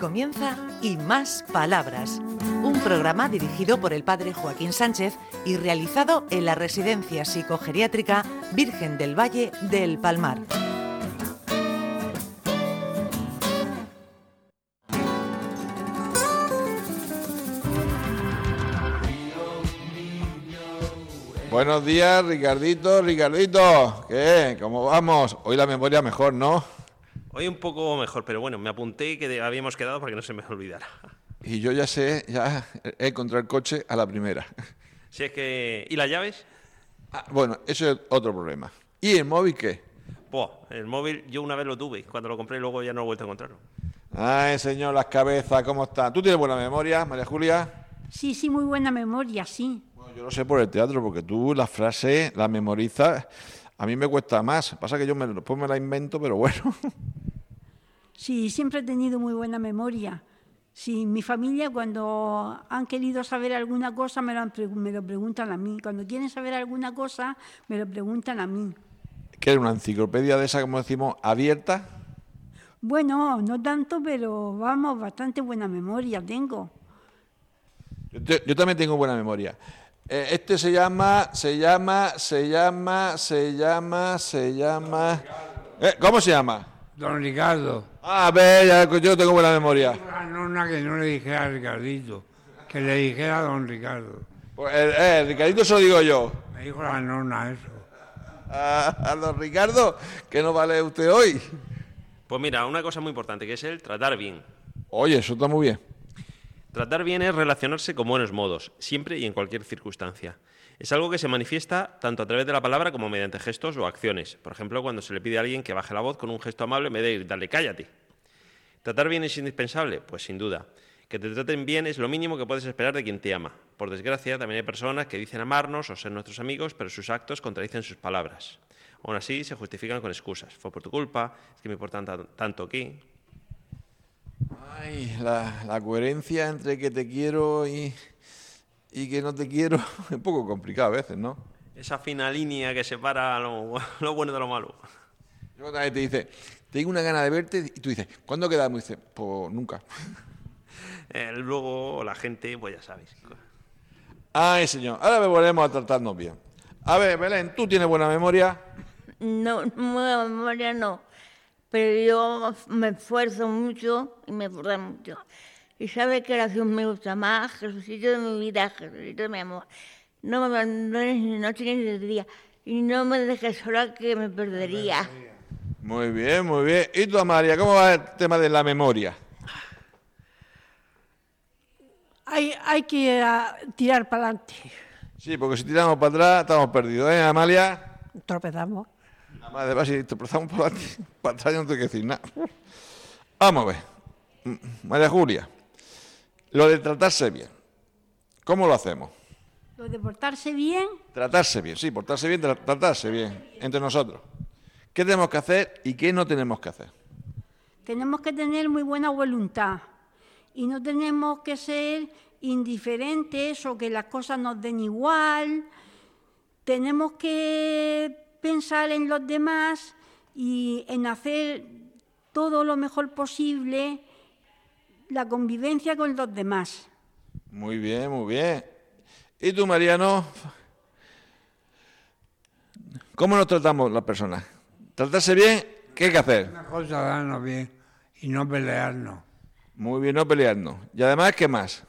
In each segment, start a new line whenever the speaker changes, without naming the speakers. comienza Y Más Palabras, un programa dirigido por el padre Joaquín Sánchez y realizado en la Residencia Psicogeriátrica Virgen del Valle del Palmar.
Buenos días, Ricardito, Ricardito. ¿Qué? ¿Cómo vamos? Hoy la memoria mejor, ¿no?
Hoy un poco mejor, pero bueno, me apunté que de- habíamos quedado para que no se me olvidara.
Y yo ya sé, ya he encontrado el coche a la primera.
Si es que... ¿Y las llaves?
Ah, bueno, ese es otro problema. ¿Y el móvil qué?
Buah, el móvil yo una vez lo tuve, cuando lo compré luego ya no lo he vuelto a encontrarlo.
Ay, señor, las cabezas, ¿cómo está? ¿Tú tienes buena memoria, María Julia?
Sí, sí, muy buena memoria, sí.
Bueno, yo lo sé por el teatro, porque tú las frases las memorizas. A mí me cuesta más. Pasa que yo me, después me la invento, pero bueno.
Sí, siempre he tenido muy buena memoria. Sí, mi familia cuando han querido saber alguna cosa me lo, han pre- me lo preguntan a mí. Cuando quieren saber alguna cosa me lo preguntan a mí.
que era una enciclopedia de esa, como decimos, abierta.
Bueno, no tanto, pero vamos, bastante buena memoria tengo.
Yo, te- yo también tengo buena memoria. Eh, este se llama, se llama, se llama, se llama, se llama. Eh, ¿Cómo se llama?
Don Ricardo,
Ah, ve, ya, yo tengo buena memoria.
ah, no una que no le dijera a Ricardito, que le dijera a don Ricardo.
Pues, eh, eh, Ricardito, se lo digo yo.
Me dijo la nona eso.
A, a don Ricardo, que no vale usted hoy.
Pues mira, una cosa muy importante que es el tratar bien.
Oye, eso está muy bien.
Tratar bien es relacionarse con buenos modos, siempre y en cualquier circunstancia. Es algo que se manifiesta tanto a través de la palabra como mediante gestos o acciones. Por ejemplo, cuando se le pide a alguien que baje la voz con un gesto amable en vez de gritarle cállate. ¿Tratar bien es indispensable? Pues sin duda. Que te traten bien es lo mínimo que puedes esperar de quien te ama. Por desgracia, también hay personas que dicen amarnos o ser nuestros amigos, pero sus actos contradicen sus palabras. Aún así, se justifican con excusas. Fue por tu culpa, es que me importan tan- tanto aquí.
Ay, la, la coherencia entre que te quiero y, y que no te quiero es un poco complicado a veces, ¿no?
Esa fina línea que separa lo, lo bueno de lo malo.
Yo otra vez te dice, tengo una gana de verte y tú dices, ¿cuándo quedamos? Y dice, pues nunca.
Eh, luego la gente, pues ya sabéis.
Ay, señor, ahora volvemos a tratarnos bien. A ver, Belén, tú tienes buena memoria.
No, buena memoria no. Pero yo me esfuerzo mucho y me esfuerzo mucho. Y sabe que oración me gusta más, Jesucito de mi vida, Jesucito de mi amor. No me abandones ni noche ni de día. Y no me dejes sola que me perdería.
Muy bien, muy bien. ¿Y tú, María, cómo va el tema de la memoria?
Hay, hay que ah, tirar para adelante.
Sí, porque si tiramos para atrás estamos perdidos, ¿eh, Amalia?
Tropezamos.
Además, de base, si te plazamos para atrás, para atrás yo no tengo que decir nada. Vamos a ver. M- María Julia, lo de tratarse bien. ¿Cómo lo hacemos?
Lo de portarse bien,
Tratarse bien, sí, portarse bien, tra- tratarse bien entre nosotros. ¿Qué tenemos que hacer y qué no tenemos que hacer?
tenemos que tener muy buena voluntad y no tenemos que ser indiferentes o que las cosas nos den igual. Tenemos que pensar en los demás y en hacer todo lo mejor posible la convivencia con los demás.
Muy bien, muy bien. ¿Y tú, Mariano? ¿Cómo nos tratamos las personas? ¿Tratarse bien? ¿Qué hay que hacer?
Una cosa darnos bien y no pelearnos
Muy bien, no pelearnos. Y además, ¿qué más?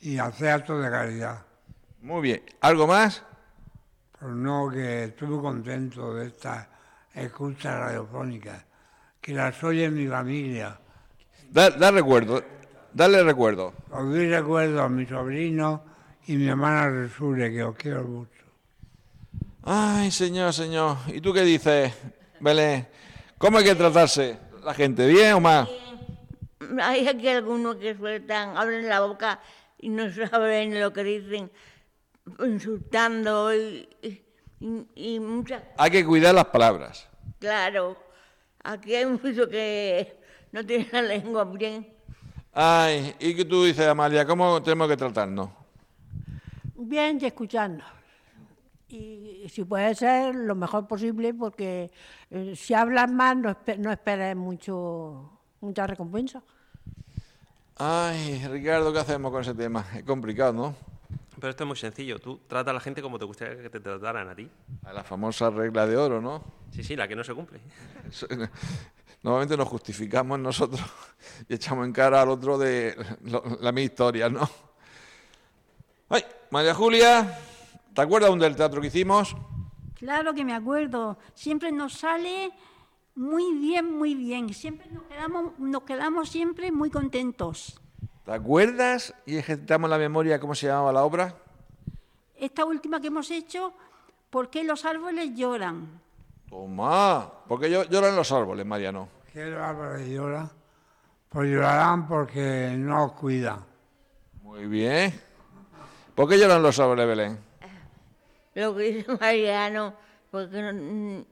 y hacer actos de caridad.
Muy bien. ¿Algo más?
Pero no que estuve contento de estas escuchas radiofónicas, que las oye mi familia.
Da, da recuerdo. Dale recuerdo.
Os doy recuerdo a mi sobrino y mi hermana Resure, que os quiero mucho.
Ay, señor, señor. ¿Y tú qué dices, Belén? ¿Cómo hay que tratarse? ¿La gente bien o mal?
Hay aquí algunos que sueltan, abren la boca y no saben lo que dicen, insultando y, y- y muchas
Hay que cuidar las palabras.
Claro, aquí hay muchos que no tienen la lengua bien.
Ay, ¿y qué tú dices, Amalia? ¿Cómo tenemos que tratarnos?
Bien y escucharnos. Y, y si puede ser, lo mejor posible, porque eh, si hablas más, no, espe- no esperes mucho, mucha recompensa.
Ay, Ricardo, ¿qué hacemos con ese tema? Es complicado, ¿no?
Pero esto es muy sencillo. Tú trata a la gente como te gustaría que te trataran a ti.
A la famosa regla de oro, ¿no?
Sí, sí, la que no se cumple.
Eso- Normalmente nos justificamos nosotros y echamos en cara al otro de lo- la misma historia, ¿no? Ay, María Julia, ¿te acuerdas aún del teatro que hicimos?
Claro que me acuerdo, siempre nos sale muy bien, muy bien, siempre nos quedamos, nos quedamos siempre muy contentos.
¿Te acuerdas y ejercitamos la memoria cómo se llamaba la obra?
Esta última que hemos hecho, ¿por qué los árboles lloran?
Toma, porque yo lloran los árboles, Mariano.
¿Qué los árboles lloran? Pues llorarán porque no os cuidan.
Muy bien. ¿Por qué lloran los árboles, Belén?
Lo que dice Mariano, porque no,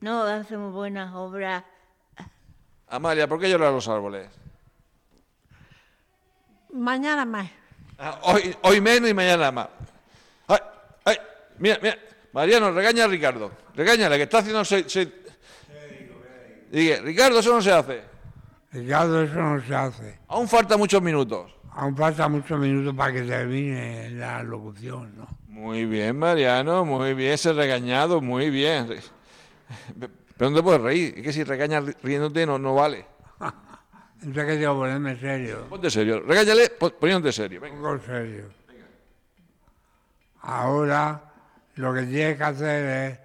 no hacemos buenas obras.
Amalia, ¿por qué lloran los árboles?
Mañana más.
Ah, hoy, hoy menos y mañana más. Ay, ay, mira, mira. Mariano, regaña a Ricardo. Regáñale, que está haciendo... Se, se- Dije, Ricardo, eso no se hace.
Ricardo, eso no se hace.
Aún faltan muchos minutos.
Aún falta muchos minutos para que termine la locución, ¿no?
Muy bien, Mariano, muy bien, ese regañado, muy bien. Re- Pero no te puedes reír, es que si regañas ri- riéndote no, no vale.
Entonces que tengo que ponerme serio,
Ponte serio, regáñale pon- poniéndote serio.
un
venga.
poco serio. Ahora lo que tienes que hacer es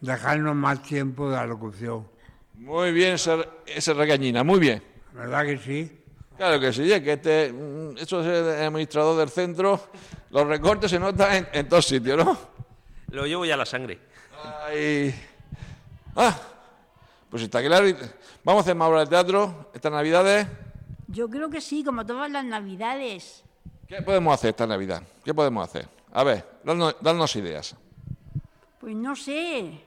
dejarnos más tiempo de la locución.
Muy bien, ese, re- ese regañina, muy bien.
¿Verdad que sí?
Claro que sí, es que este, mm, esto es el administrador del centro, los recortes se notan en, en todos sitios, ¿no?
Lo llevo ya a la sangre.
Ay. Ah, pues está claro. y- Vamos a hacer más obras de teatro estas navidades.
Yo creo que sí, como todas las navidades.
¿Qué podemos hacer esta Navidad? ¿Qué podemos hacer? A ver, darnos, darnos ideas.
Pues no sé.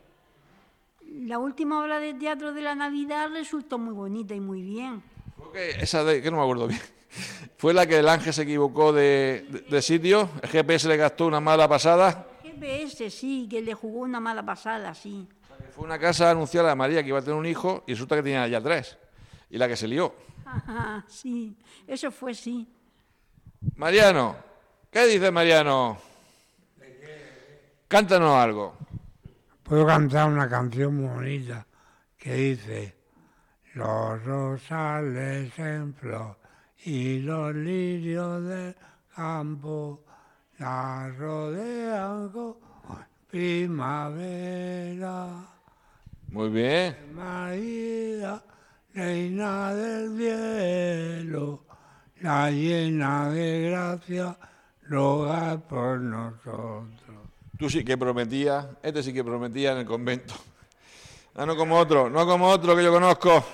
La última obra de teatro de la Navidad resultó muy bonita y muy bien.
Creo que esa de, que no me acuerdo bien. Fue la que el ángel se equivocó de, de- de sitio, el GPS le gastó una mala pasada.
GPS sí, que le jugó una mala pasada, sí.
Fue una casa a anunciar a María que iba a tener un hijo y resulta que tenía ya tres. Y la que se lió.
Ajá, sí, eso fue sí.
Mariano, ¿qué dice Mariano? Cántanos algo.
Puedo cantar una canción muy bonita que dice Los rosales en flor y los lirios del campo la rodean con primavera.
Muy bien.
María, reina del cielo, la llena de gracia, roga por nosotros.
Tú sí que prometías, este sí que prometía en el convento. Ah, no como otro, no como otro que yo conozco.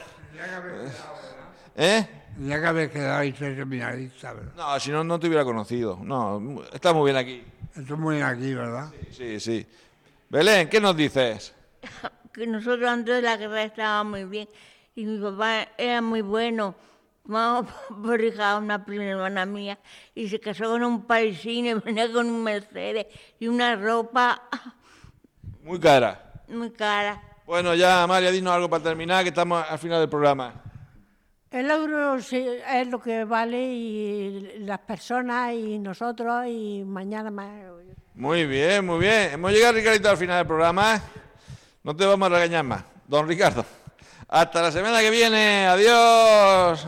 ¿Eh?
Ya que habéis quedado y sois seminarista, ¿verdad?
No, si no, no te hubiera conocido. No, estás muy bien aquí.
Esto es muy aquí, ¿verdad?
Sí, sí. Belén, ¿qué nos dices?
Que nosotros antes de la guerra estábamos muy bien y mi papá era muy bueno. Vamos por hija una prima hermana mía y se casó con un parisino y venía con un Mercedes y una ropa ah,
Muy cara.
muy cara.
Bueno, ya, María, dinos algo para terminar, que estamos al final del programa.
El euro se- es lo que vale y las personas y nosotros y mañana más.
Muy bien, muy bien. Hemos llegado, Ricardito, al final del programa. ¿eh? No te vamos a regañar más, don Ricardo. Hasta la semana que viene. Adiós.